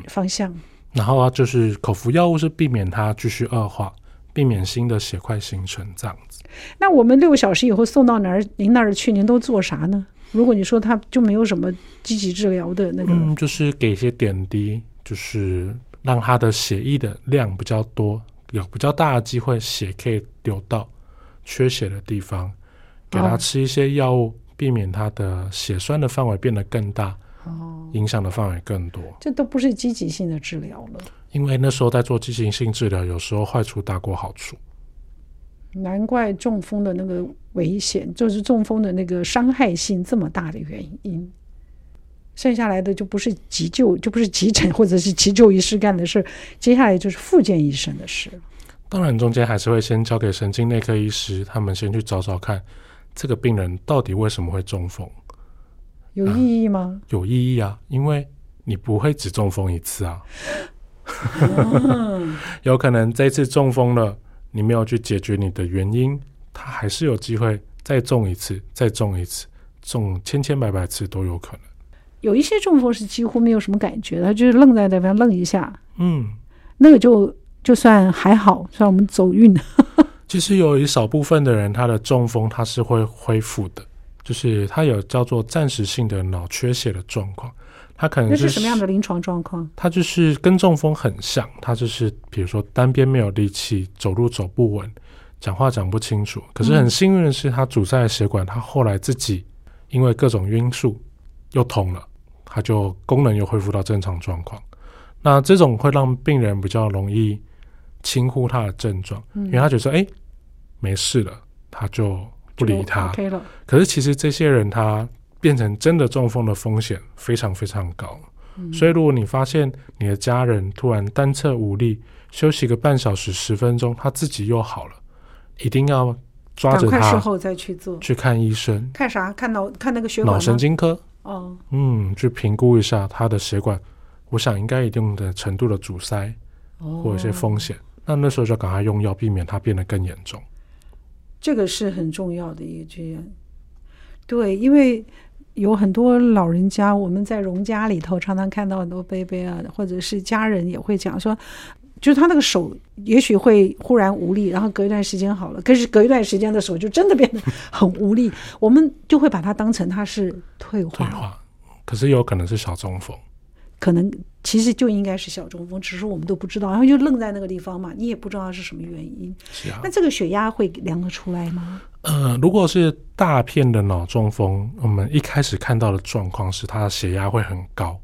[SPEAKER 1] 方向。
[SPEAKER 2] 然后啊，就是口服药物是避免它继续恶化，避免新的血块形成这样子。
[SPEAKER 1] 那我们六个小时以后送到哪儿您那儿去，您都做啥呢？如果你说他就没有什么积极治疗的那个，
[SPEAKER 2] 嗯，就是给一些点滴，就是让它的血液的量比较多，有比较大的机会血可以流到缺血的地方，给它
[SPEAKER 1] 哦
[SPEAKER 2] 吃一些药物，避免它的血栓的范围变得更大，
[SPEAKER 1] 哦，
[SPEAKER 2] 影响的范围更多。
[SPEAKER 1] 这都不是积极性的治疗了，
[SPEAKER 2] 因为那时候在做进行性治疗，有时候坏处大过好处。
[SPEAKER 1] 难怪中风的那个危险，就是中风的那个伤害性这么大的原因。剩下来的就不是急救，就不是急诊或者是急救医师干的事，接下来就是复健医生的事。
[SPEAKER 2] 当然，中间还是会先交给神经内科医师，他们先去找找看这个病人到底为什么会中风，
[SPEAKER 1] 有意义吗？
[SPEAKER 2] 有意义啊，因为你不会只中风一次啊，
[SPEAKER 1] 哦
[SPEAKER 2] 有可能这一次中风了，你没有去解决你的原因，它还是有机会再中一次，再中一次，中千千百百次都有可能。
[SPEAKER 1] 有一些中风是几乎没有什么感觉的，他就是愣在那边愣一下，
[SPEAKER 2] 嗯，
[SPEAKER 1] 那个就就算还好，算我们走运。
[SPEAKER 2] 其实有一少部分的人，他的中风他是会恢复的，就是他有叫做暂时性的脑缺血的状况，他可能
[SPEAKER 1] 那
[SPEAKER 2] 嗯是
[SPEAKER 1] 是什么样的临床状况？
[SPEAKER 2] 它就是跟中风很像，它就是比如说单边没有力气，走路走不稳，讲话讲不清楚。可是很幸运的是，他阻塞的血管，他后来自己因为各种因素又通了，他就功能又恢复到正常状况。那这种会让病人比较容易轻忽他的症状，因为他觉得说，哎、没事了，他就不理他。
[SPEAKER 1] OK 了。
[SPEAKER 2] 可是其实这些人他变成真的中风的风险非常非常高，
[SPEAKER 1] 嗯
[SPEAKER 2] 所以如果你发现你的家人突然单侧无力，休息个半小时十分钟，他自己又好了，一定要抓
[SPEAKER 1] 赶
[SPEAKER 2] 着
[SPEAKER 1] 快事
[SPEAKER 2] 他
[SPEAKER 1] 后再去做。
[SPEAKER 2] 去看医生，
[SPEAKER 1] 看啥？看脑看那个血管
[SPEAKER 2] 脑
[SPEAKER 1] 吗？
[SPEAKER 2] 神经科，
[SPEAKER 1] 哦，
[SPEAKER 2] 嗯，去评估一下他的血管，我想应该一定的程度的阻塞
[SPEAKER 1] 哦
[SPEAKER 2] 或有一些风险，那那时候就赶快用药，避免它变得更严重。
[SPEAKER 1] 这个是很重要的一句。对，因为有很多老人家，我们在荣家里头常常看到很多贝贝啊，或者是家人也会讲说，就是他那个手也许会忽然无力，然后隔一段时间好了，可是隔一段时间的手就真的变得 很无力，我们就会把它当成它是退
[SPEAKER 2] 对
[SPEAKER 1] 化。
[SPEAKER 2] 话，可是有可能是小中风。
[SPEAKER 1] 可能其实就应该是小中风，只是我们都不知道，然后就愣在那个地方嘛，你也不知道是什么原因。
[SPEAKER 2] 是啊
[SPEAKER 1] 那，这个血压会量得出来吗？
[SPEAKER 2] 呃，如果是大片的脑中风，我们一开始看到的状况是他的血压会很高。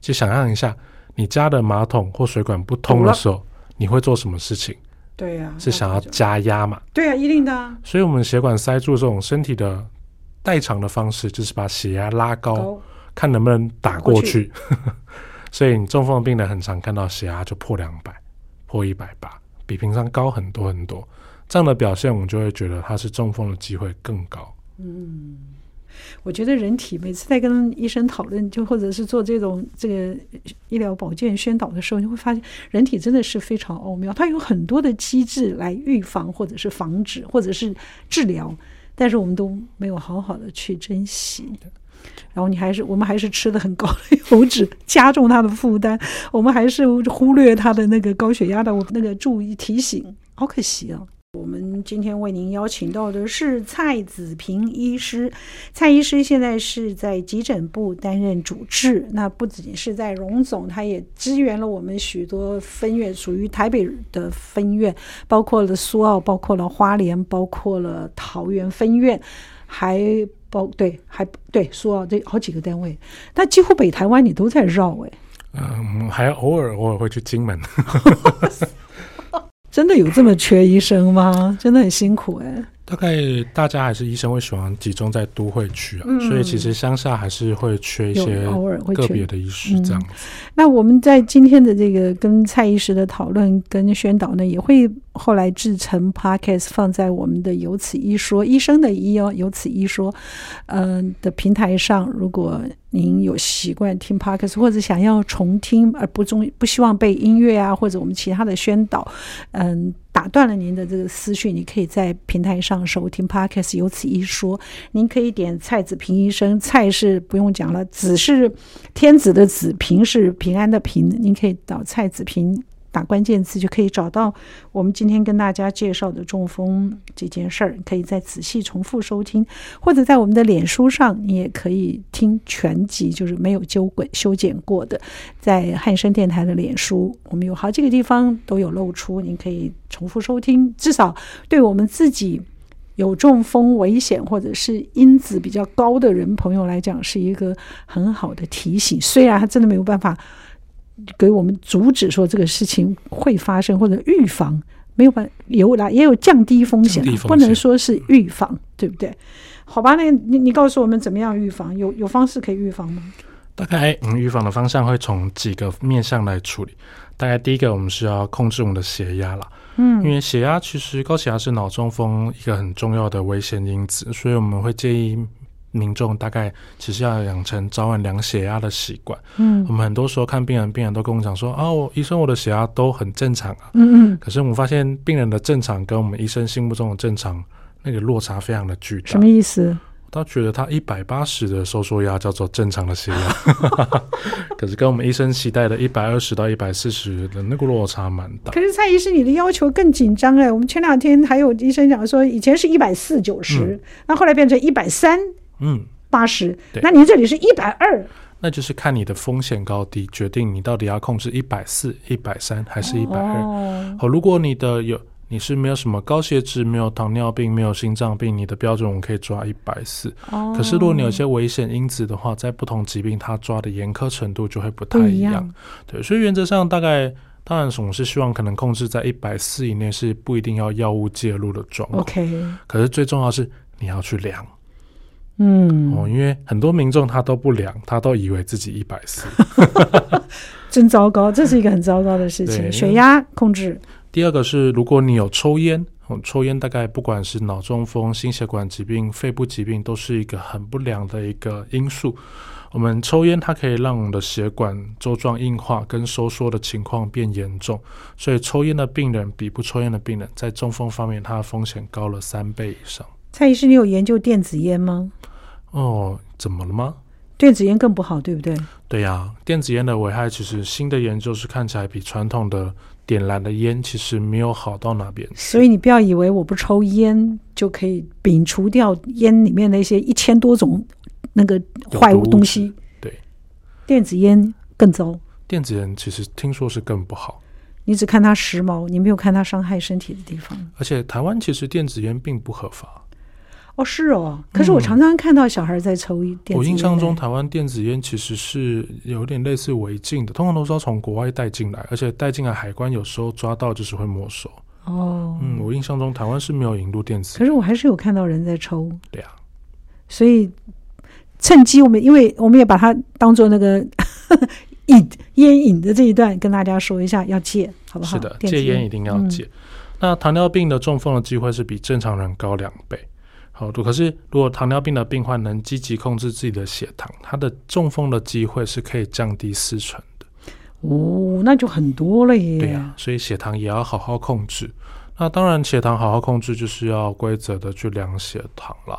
[SPEAKER 2] 就想象一下，你家的马桶或水管不通的时候，你会做什么事情？
[SPEAKER 1] 对呀、啊，
[SPEAKER 2] 是想要加压嘛？
[SPEAKER 1] 对啊，一定的啊。
[SPEAKER 2] 所以，我们血管塞住这种身体的代偿的方式，就是把血压拉高，
[SPEAKER 1] 高
[SPEAKER 2] 看能不能打
[SPEAKER 1] 过
[SPEAKER 2] 过去。 所以，你中风的病人很常看到血压就破两百、破一百八，比平常高很多很多。这样的表现，我们就会觉得他是中风的机会更高。
[SPEAKER 1] 我觉得人体每次在跟医生讨论，就或者是做这种这个医疗保健宣导的时候，你会发现人体真的是非常奥妙，它有很多的机制来预防或者是防止或者是治疗，但是我们都没有好好的去珍惜。然后你还是我们还是吃的很高的油脂，加重它的负担，我们还是忽略它的那个高血压的我那个注意提醒，好可惜啊。我们今天为您邀请到的是蔡子平医师，蔡医师现在是在急诊部担任主治，那不仅是在荣总，他也支援了我们许多分院，属于台北的分院，包括了苏澳，包括了花莲，包括了桃园分院，还包对还对苏澳这好几个单位，那几乎北台湾你都在绕哎、
[SPEAKER 2] 嗯，还偶尔偶尔会去金门。
[SPEAKER 1] 真的有这么缺医生吗？真的很辛苦哎、
[SPEAKER 2] 大概大家还是医生会喜欢集中在都会区啊，
[SPEAKER 1] 嗯
[SPEAKER 2] 所以其实乡下还是会缺一
[SPEAKER 1] 有
[SPEAKER 2] 些
[SPEAKER 1] 偶尔会
[SPEAKER 2] 个
[SPEAKER 1] 缺嗯
[SPEAKER 2] 别的医师这样子。
[SPEAKER 1] 那我们在今天的这个跟蔡医师的讨论跟宣导呢，也会后来制成 podcast 放在我们的“有此一说”医生的医哦，“有此一说”嗯、的平台上。如果您有习惯听 podcast，或者想要重听而不中不希望被音乐啊或者我们其他的宣导，嗯、打断了您的这个思绪，你可以在平台上收听 podcast。有此一说，您可以点蔡子平医生，蔡是不用讲了，子是天子的子，平是平安的平，您可以找蔡子平打关键字，就可以找到我们今天跟大家介绍的中风这件事儿，可以再仔细重复收听，或者在我们的脸书上，你也可以听全集，就是没有纠滚修剪过的，在汉声电台的脸书，我们有好几个地方都有露出，您可以重复收听，至少对我们自己。有中风危险或者是因子比较高的人朋友来讲，是一个很好的提醒。虽然他真的没有办法给我们阻止说这个事情会发生或者预防，没有办有啦，也有降低风险啦，
[SPEAKER 2] 降低风险
[SPEAKER 1] 不能说是预防，对不对？好吧，那你你告诉我们怎么样预防？有有方式可以预防吗？
[SPEAKER 2] 大概嗯，预防的方向会从几个面向来处理。大概第一个，我们是要控制我们的血压啦，因
[SPEAKER 1] 嗯
[SPEAKER 2] 为血压其实高血压是脑中风一个很重要的危险因子，所以我们会建议民众大概其实要养成早晚量血压的习惯。
[SPEAKER 1] 嗯
[SPEAKER 2] 我们很多时候看病人，病人都跟我们讲说：“啊，我医生我的血压都很正常啊。”
[SPEAKER 1] 嗯嗯，
[SPEAKER 2] 可是我们发现病人的正常跟我们医生心目中的正常那个落差非常的巨
[SPEAKER 1] 什
[SPEAKER 2] 大
[SPEAKER 1] 么。意思？
[SPEAKER 2] 他觉得他一百八十的收缩压叫做正常的血压， 可是跟我们医生期待的一百二十到一百四十的那个落差蛮大。
[SPEAKER 1] 可是蔡医师，你的要求更紧张哎！我们前两天还有医生讲说，以前是一百四九十
[SPEAKER 2] 嗯，
[SPEAKER 1] 那后来变成一百三
[SPEAKER 2] 嗯，
[SPEAKER 1] 八十
[SPEAKER 2] 对，
[SPEAKER 1] 那您这里是一百二，
[SPEAKER 2] 那就是看你的风险高低，决定你到底要控制一百四、一百三还是一百二。
[SPEAKER 1] 哦，
[SPEAKER 2] 好，如果你的有你是没有什么高血脂、没有糖尿病、没有心脏病，你的标准我可以抓一百四。
[SPEAKER 1] 哦
[SPEAKER 2] 可是如果你有一些危险因子的话，在不同疾病它抓的严苛程度就会不太
[SPEAKER 1] 不一
[SPEAKER 2] 一样。
[SPEAKER 1] 样，
[SPEAKER 2] 对，所以原则上大概，当然我们是希望可能控制在一百四以内，是不一定要药物介入的状况。
[SPEAKER 1] ，OK，
[SPEAKER 2] 可是最重要是你要去量、哦，
[SPEAKER 1] 嗯，
[SPEAKER 2] 因为很多民众他都不量，他都以为自己一百四。
[SPEAKER 1] 真糟糕，这是一个很糟糕的事
[SPEAKER 2] 对因
[SPEAKER 1] 情，
[SPEAKER 2] 为
[SPEAKER 1] 血压控制，
[SPEAKER 2] 第二个是，如果你有抽烟，哦，抽烟大概不管是脑中风、心血管疾病、肺部疾病，都是一个很不良的一个因素。我们抽烟，它可以让我们的血管周状硬化跟收缩的情况变严重，所以抽烟的病人比不抽烟的病人在中风方面，它的风险高了三倍以上。
[SPEAKER 1] 蔡医师，你有研究电子烟吗？
[SPEAKER 2] 哦，怎么了吗？
[SPEAKER 1] 电子烟更不好，对不对？
[SPEAKER 2] 对呀、电子烟的危害，其实新的研究是看起来比传统的点燃的烟其实没有好到哪边去。
[SPEAKER 1] 所以你不要以为我不抽烟就可以摒除掉烟里面的一些一千多种那个坏
[SPEAKER 2] 有毒物质
[SPEAKER 1] 东西。
[SPEAKER 2] 对，
[SPEAKER 1] 电子烟更糟。
[SPEAKER 2] 电子烟其实听说是更不好。
[SPEAKER 1] 你只看它时髦，你没有看它伤害身体的地方。
[SPEAKER 2] 而且台湾其实电子烟并不合法。
[SPEAKER 1] 哦，是哦。可是我常常看到小孩在抽电子烟。
[SPEAKER 2] 嗯我印象中，，台湾电子烟其实是有点类似违禁的，通常都是要从国外带进来，而且带进来海关有时候抓到就是会没收。
[SPEAKER 1] 哦，
[SPEAKER 2] 嗯，我印象中台湾是没有引入电子
[SPEAKER 1] 可
[SPEAKER 2] 烟。
[SPEAKER 1] 是我还是有看到人在抽。
[SPEAKER 2] 对啊，
[SPEAKER 1] 所以趁机我们，因为我们也把它当做那个 瘾烟瘾的这一段跟大家说一下，要戒，好不好？
[SPEAKER 2] 是的，
[SPEAKER 1] 电子嗯
[SPEAKER 2] 戒烟一定要戒。那糖尿病的中风的机会是比正常人高两倍。好，可是如果糖尿病的病患能积极控制自己的血糖，他的中风的机会是可以降低四成。
[SPEAKER 1] 哦，那就很多了耶。
[SPEAKER 2] 对呀、所以血糖也要好好控制。那当然，血糖好好控制就是要规则的去量血糖啦。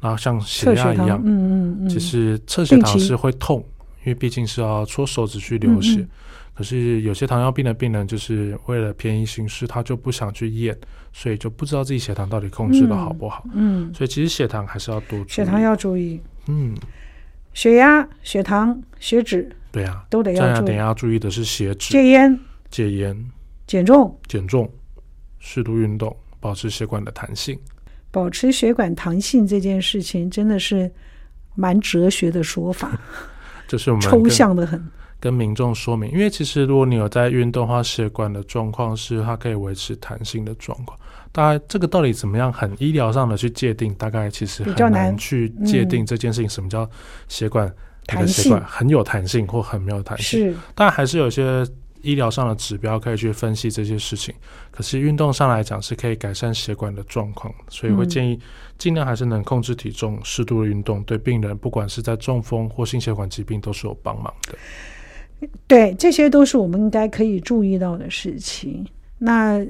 [SPEAKER 2] 那像血
[SPEAKER 1] 测
[SPEAKER 2] 压
[SPEAKER 1] 血
[SPEAKER 2] 一
[SPEAKER 1] 糖，
[SPEAKER 2] 样，
[SPEAKER 1] 嗯嗯嗯，
[SPEAKER 2] 其实测血
[SPEAKER 1] 定
[SPEAKER 2] 糖
[SPEAKER 1] 期
[SPEAKER 2] 是会痛，因为毕竟是要搓手指去流
[SPEAKER 1] 嗯
[SPEAKER 2] 血。
[SPEAKER 1] 嗯
[SPEAKER 2] 可是有些糖尿病的病人，就是为了便宜行事，他就不想去验，所以就不知道自己血糖到底控制的好不好。
[SPEAKER 1] 嗯，
[SPEAKER 2] 所以其实血糖还是要多注意。
[SPEAKER 1] 血糖要注意，
[SPEAKER 2] 嗯，
[SPEAKER 1] 血压、血糖、血脂
[SPEAKER 2] 对啊。
[SPEAKER 1] 都得
[SPEAKER 2] 这
[SPEAKER 1] 要
[SPEAKER 2] 样
[SPEAKER 1] 注
[SPEAKER 2] 等
[SPEAKER 1] 意，
[SPEAKER 2] 一下要注意的是血脂、
[SPEAKER 1] 戒烟、
[SPEAKER 2] 戒烟、
[SPEAKER 1] 减重，
[SPEAKER 2] 减重、适度运动、保持血管的弹性。
[SPEAKER 1] 保持血管弹性这件事情真的是蛮哲学的说法，
[SPEAKER 2] 这是我们
[SPEAKER 1] 抽
[SPEAKER 2] 跟
[SPEAKER 1] 象的很。
[SPEAKER 2] 跟民众说明，因为其实如果你有在运动的话，血管的状况是它可以维持弹性的状况。大概这个到底怎么样，很医疗上的去界定，大概其实
[SPEAKER 1] 比较
[SPEAKER 2] 很
[SPEAKER 1] 难嗯
[SPEAKER 2] 难去界定这件事情，什么叫血管你
[SPEAKER 1] 弹
[SPEAKER 2] 的血
[SPEAKER 1] 性
[SPEAKER 2] 管很有弹性或很没有弹性。
[SPEAKER 1] 是，
[SPEAKER 2] 当然还是有一些医疗上的指标可以去分析这些事情，可是运动上来讲是可以改善血管的状况，所以会
[SPEAKER 1] 嗯
[SPEAKER 2] 建议尽量还是能控制体重，适度的运动对病人不管是在中风或心血管疾病都是有帮忙的。
[SPEAKER 1] 对，这些都是我们应该可以注意到的事情。那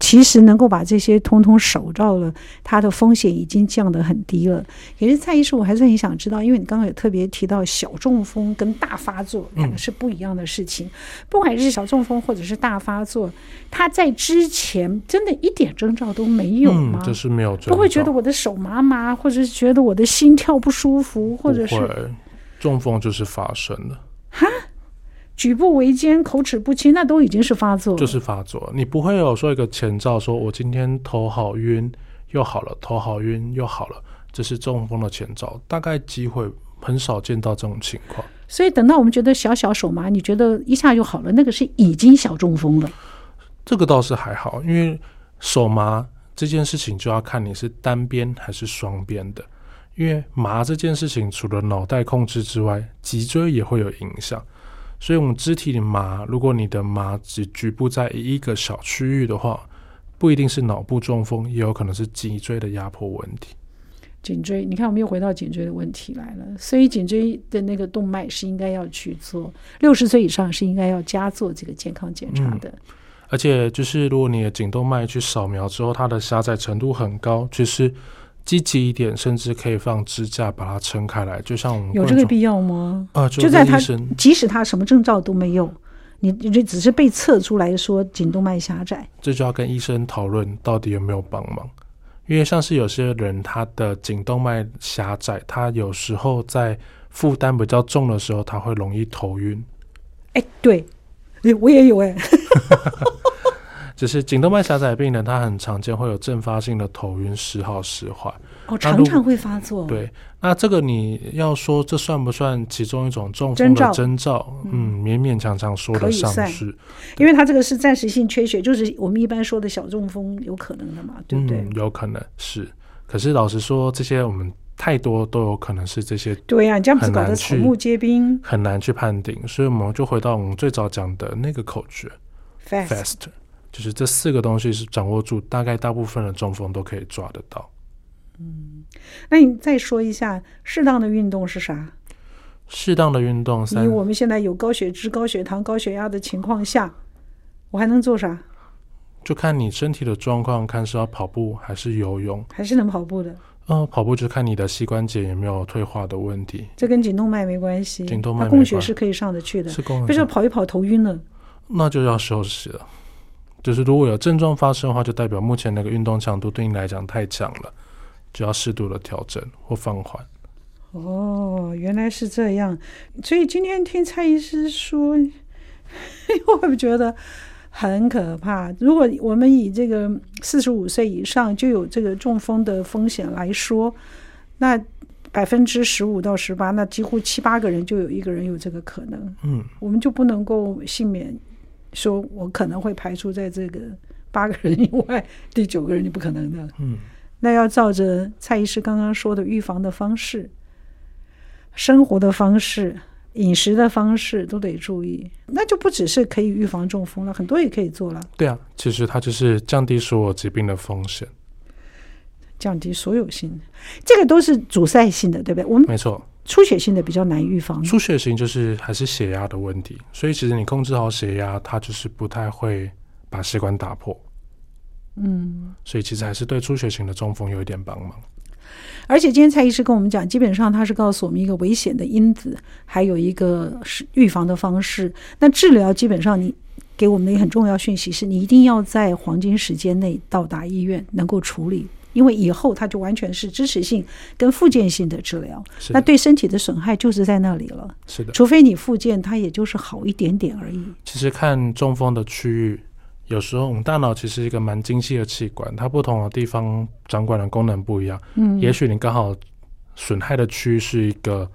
[SPEAKER 1] 其实能够把这些通通守到了，它的风险已经降得很低了。也是蔡医师，我还是很想知道，因为你刚刚有特别提到小中风跟大发作
[SPEAKER 2] 嗯
[SPEAKER 1] 两个是不一样的事情，不管是小中风或者是大发作，它在之前真的一点征兆都没有吗
[SPEAKER 2] 嗯，？这是啊没有症
[SPEAKER 1] 不会觉得
[SPEAKER 2] 状
[SPEAKER 1] 我的手麻麻，或者是觉得我的心跳不舒服，或者
[SPEAKER 2] 不
[SPEAKER 1] 是
[SPEAKER 2] 会中风就是发生的，
[SPEAKER 1] 举步维艰、口齿不清，那都已经是发作了。
[SPEAKER 2] 就是发作。你不会有说一个前兆，说我今天头好晕又好了，头好晕又好了，这是中风的前兆，大概机会很少见到这种情况。
[SPEAKER 1] 所以等到我们觉得小小手麻，你觉得一下就好了，那个是已经小中风了。
[SPEAKER 2] 这个倒是还好，因为手麻这件事情就要看你是单边还是双边的。因为麻这件事情，除了脑袋控制之外，脊椎也会有影响。所以，我们肢体的麻，如果你的麻只局部在一个小区域的话，不一定是脑部中风，也有可能是脊椎的压迫问题。
[SPEAKER 1] 颈椎，你看我们又回到颈椎的问题来了。所以颈椎的那个动脉是应该要去做，六十岁以上是应该要加做这个健康检查的。
[SPEAKER 2] 而且，就是如果你的颈动脉去扫描之后，它的狭窄程度很高，其实积极一点，甚至可以放支架把它撑开来，就像我们
[SPEAKER 1] 有这
[SPEAKER 2] 冠
[SPEAKER 1] 个
[SPEAKER 2] 状
[SPEAKER 1] 必要吗？
[SPEAKER 2] 啊，就
[SPEAKER 1] 就在他
[SPEAKER 2] 医生
[SPEAKER 1] 即使他什么征兆都没有，你你这只是被测出来说颈动脉狭窄，
[SPEAKER 2] 这就要跟医生讨论到底有没有帮忙，因为像是有些人他的颈动脉狭窄，他有时候在负担比较重的时候，他会容易头晕。
[SPEAKER 1] 哎，对，哎，我也有哎，
[SPEAKER 2] 只是颈动脉狭窄的病人，他很常见会有阵发性的头晕、时好时坏。
[SPEAKER 1] 哦，
[SPEAKER 2] 那
[SPEAKER 1] 常
[SPEAKER 2] 如
[SPEAKER 1] 常会发作。，
[SPEAKER 2] 对，那这个你要说这算不算其中一种中
[SPEAKER 1] 征
[SPEAKER 2] 风
[SPEAKER 1] 兆
[SPEAKER 2] 的征兆？嗯，勉勉强强说
[SPEAKER 1] 可
[SPEAKER 2] 得
[SPEAKER 1] 以
[SPEAKER 2] 上
[SPEAKER 1] 算
[SPEAKER 2] 是。
[SPEAKER 1] 因为他这个是暂时性缺血，就是我们一般说的小中风有可能的嘛，对不对？
[SPEAKER 2] 嗯，有可能是。可是老实说，这些我们太多都有可能是这些
[SPEAKER 1] 对呀、你这样不是
[SPEAKER 2] 很
[SPEAKER 1] 搞
[SPEAKER 2] 难
[SPEAKER 1] 得草
[SPEAKER 2] 去
[SPEAKER 1] 木皆兵
[SPEAKER 2] 很难去判定，所以我们就回到我们最早讲的那个口诀
[SPEAKER 1] ？Fast，
[SPEAKER 2] ，fast，就是这四个东西是掌握住，大概大部分的中风都可以抓得到。
[SPEAKER 1] 那你再说一下，适当的运动是啥？
[SPEAKER 2] 适当的运动
[SPEAKER 1] 以
[SPEAKER 2] 三，
[SPEAKER 1] 我们现在有高血脂、高血糖、高血压的情况下，我还能做啥？
[SPEAKER 2] 就看你身体的状况，看是要跑步还是游泳。
[SPEAKER 1] 还是能跑步的，
[SPEAKER 2] 呃，跑步就看你的膝关节有没有退化的问题，
[SPEAKER 1] 这跟颈动脉没关系，
[SPEAKER 2] 颈动脉
[SPEAKER 1] 它
[SPEAKER 2] 没
[SPEAKER 1] 供血
[SPEAKER 2] 关
[SPEAKER 1] 是可以上得去的。
[SPEAKER 2] 是功
[SPEAKER 1] 比
[SPEAKER 2] 能
[SPEAKER 1] 如说
[SPEAKER 2] 上，
[SPEAKER 1] 跑一跑头晕了，
[SPEAKER 2] 那就要休息了。就是如果有症状发生的话，就代表目前那个运动强度对你来讲太强了，就要适度的调整或放缓。
[SPEAKER 1] 哦，原来是这样。所以今天听蔡医师说， 我觉得很可怕。如果我们以这个四十五岁以上就有这个中风的风险来说，那百分之十五到十八，那几乎七八个人就有一个人有这个可能，
[SPEAKER 2] 嗯。
[SPEAKER 1] 我们就不能够幸免，说我可能会排除在这个八个人以外，第九个人你不可能的。
[SPEAKER 2] 嗯，
[SPEAKER 1] 那要照着蔡医师刚刚说的预防的方式、生活的方式、饮食的方式都得注意。那就不只是可以预防中风了，很多也可以做了，
[SPEAKER 2] 对啊，其实它就是降低所有疾病的风险，
[SPEAKER 1] 降低所有性的，这个都是阻塞性的，对不对？我们
[SPEAKER 2] 没错。
[SPEAKER 1] 出血性的比较难预防。
[SPEAKER 2] 出血型就是还是血压的问题，所以其实你控制好血压，它就是不太会把血管打破，
[SPEAKER 1] 嗯，
[SPEAKER 2] 所以其实还是对出血型的中风有一点帮忙。
[SPEAKER 1] 而且今天蔡医师跟我们讲，基本上他是告诉我们一个危险的因子，还有一个是预防的方式。那治疗基本上你给我们的一个很重要讯息是，你一定要在黄金时间内到达医院，能够处理。因为以后它就完全是支持性跟附件性的治疗，
[SPEAKER 2] 是
[SPEAKER 1] 那
[SPEAKER 2] 的，
[SPEAKER 1] 对身体的损害就是在那里了。
[SPEAKER 2] 是的。
[SPEAKER 1] 除非你复健，它也就是好一点点而已。
[SPEAKER 2] 其实看中风的区域，有时候我们大脑其实是一个蛮精细的器官，它不同的地方掌管的功能不一样。
[SPEAKER 1] 嗯，
[SPEAKER 2] 也许你刚好损害的区域是一个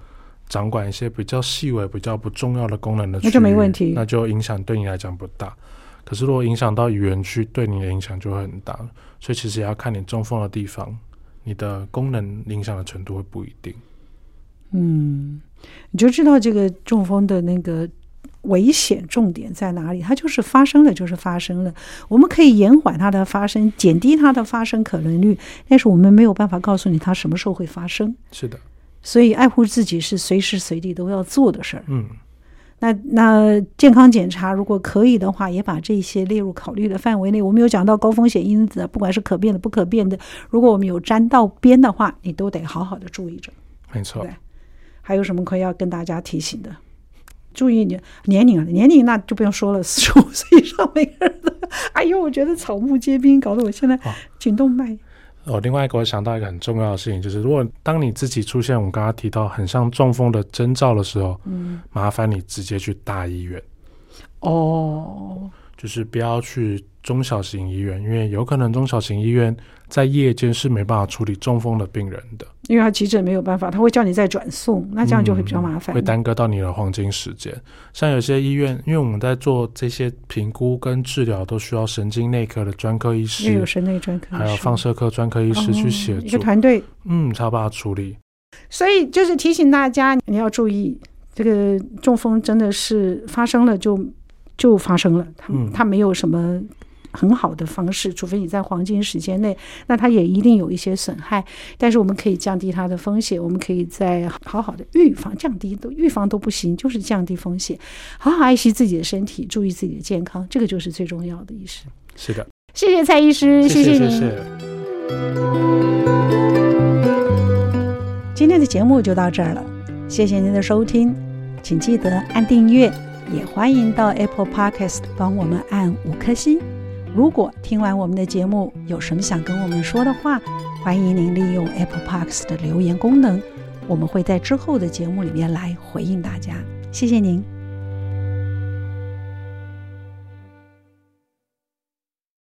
[SPEAKER 2] 掌管一些比较细微、比较不重要的功能的区域，
[SPEAKER 1] 那就没问题
[SPEAKER 2] 那就影响对你来讲不大。可是如果影响到语言区，对你的影响就会很大。所以其实也要看你中风的地方，你的功能影响的程度会不一定。
[SPEAKER 1] 嗯，你就知道这个中风的那个危险重点在哪里。它就是发生了，就是发生了。我们可以延缓它的发生，减低它的发生可能率，但是我们没有办法告诉你它什么时候会发生。
[SPEAKER 2] 是的，
[SPEAKER 1] 所以，爱护自己是随时随地都要做的事儿。
[SPEAKER 2] 嗯，
[SPEAKER 1] 那那健康检查如果可以的话，也把这些列入考虑的范围内。我们有讲到高风险因子，啊不管是可变的、不可变的，如果我们有沾到边的话，你都得好好的注意着。
[SPEAKER 2] 没错
[SPEAKER 1] 对。还有什么可以要跟大家提醒的？注意年年龄啊，年龄那就不用说了，四十五岁以上每个人的， 哎呦，我觉得草木皆兵，搞得我现在
[SPEAKER 2] 哦
[SPEAKER 1] 颈动脉。
[SPEAKER 2] 哦，另外一个我想到一个很重要的事情，就是如果当你自己出现我们刚刚提到很像中风的征兆的时候，
[SPEAKER 1] 嗯，
[SPEAKER 2] 麻烦你直接去大医院，
[SPEAKER 1] 哦，
[SPEAKER 2] 就是不要去中小型医院，因为有可能中小型医院在夜间是没办法处理中风的病人的，
[SPEAKER 1] 因为他急诊没有办法，他会叫你再转送，那这样就会比较麻烦。
[SPEAKER 2] 嗯会耽搁到你的黄金时间。像有些医院，因为我们在做这些评估跟治疗，都需要神经内科的专科医
[SPEAKER 1] 又有
[SPEAKER 2] 师，
[SPEAKER 1] 神内专科医师，
[SPEAKER 2] 还有放射科专科医师去协
[SPEAKER 1] 哦一
[SPEAKER 2] 助
[SPEAKER 1] 个，团队。
[SPEAKER 2] 嗯，才有办法处理。
[SPEAKER 1] 所以就是提醒大家，你要注意，这个中风真的是发生了就就发生了，它
[SPEAKER 2] 嗯
[SPEAKER 1] 它没有什么。很好的方式，除非你在黄金时间内，那它也一定有一些损害，但是我们可以降低它的风险，我们可以在好好的预防，降低都预防都不行，就是降低风险，好好爱惜自己的身体，注意自己的健康，这个就是最重要的医师。
[SPEAKER 2] 是的，
[SPEAKER 1] 谢谢蔡医师，
[SPEAKER 2] 谢
[SPEAKER 1] 谢
[SPEAKER 2] 谢
[SPEAKER 1] 您。
[SPEAKER 2] 谢。
[SPEAKER 3] 今天的节目就到这儿了，谢谢您的收听，请记得按订阅，也欢迎到 Apple Podcast 帮我们按五颗星。如果听完我们的节目有什么想跟我们说的话，欢迎您利用 Apple Podcast 的留言功能，我们会在之后的节目里面来回应大家。谢谢您。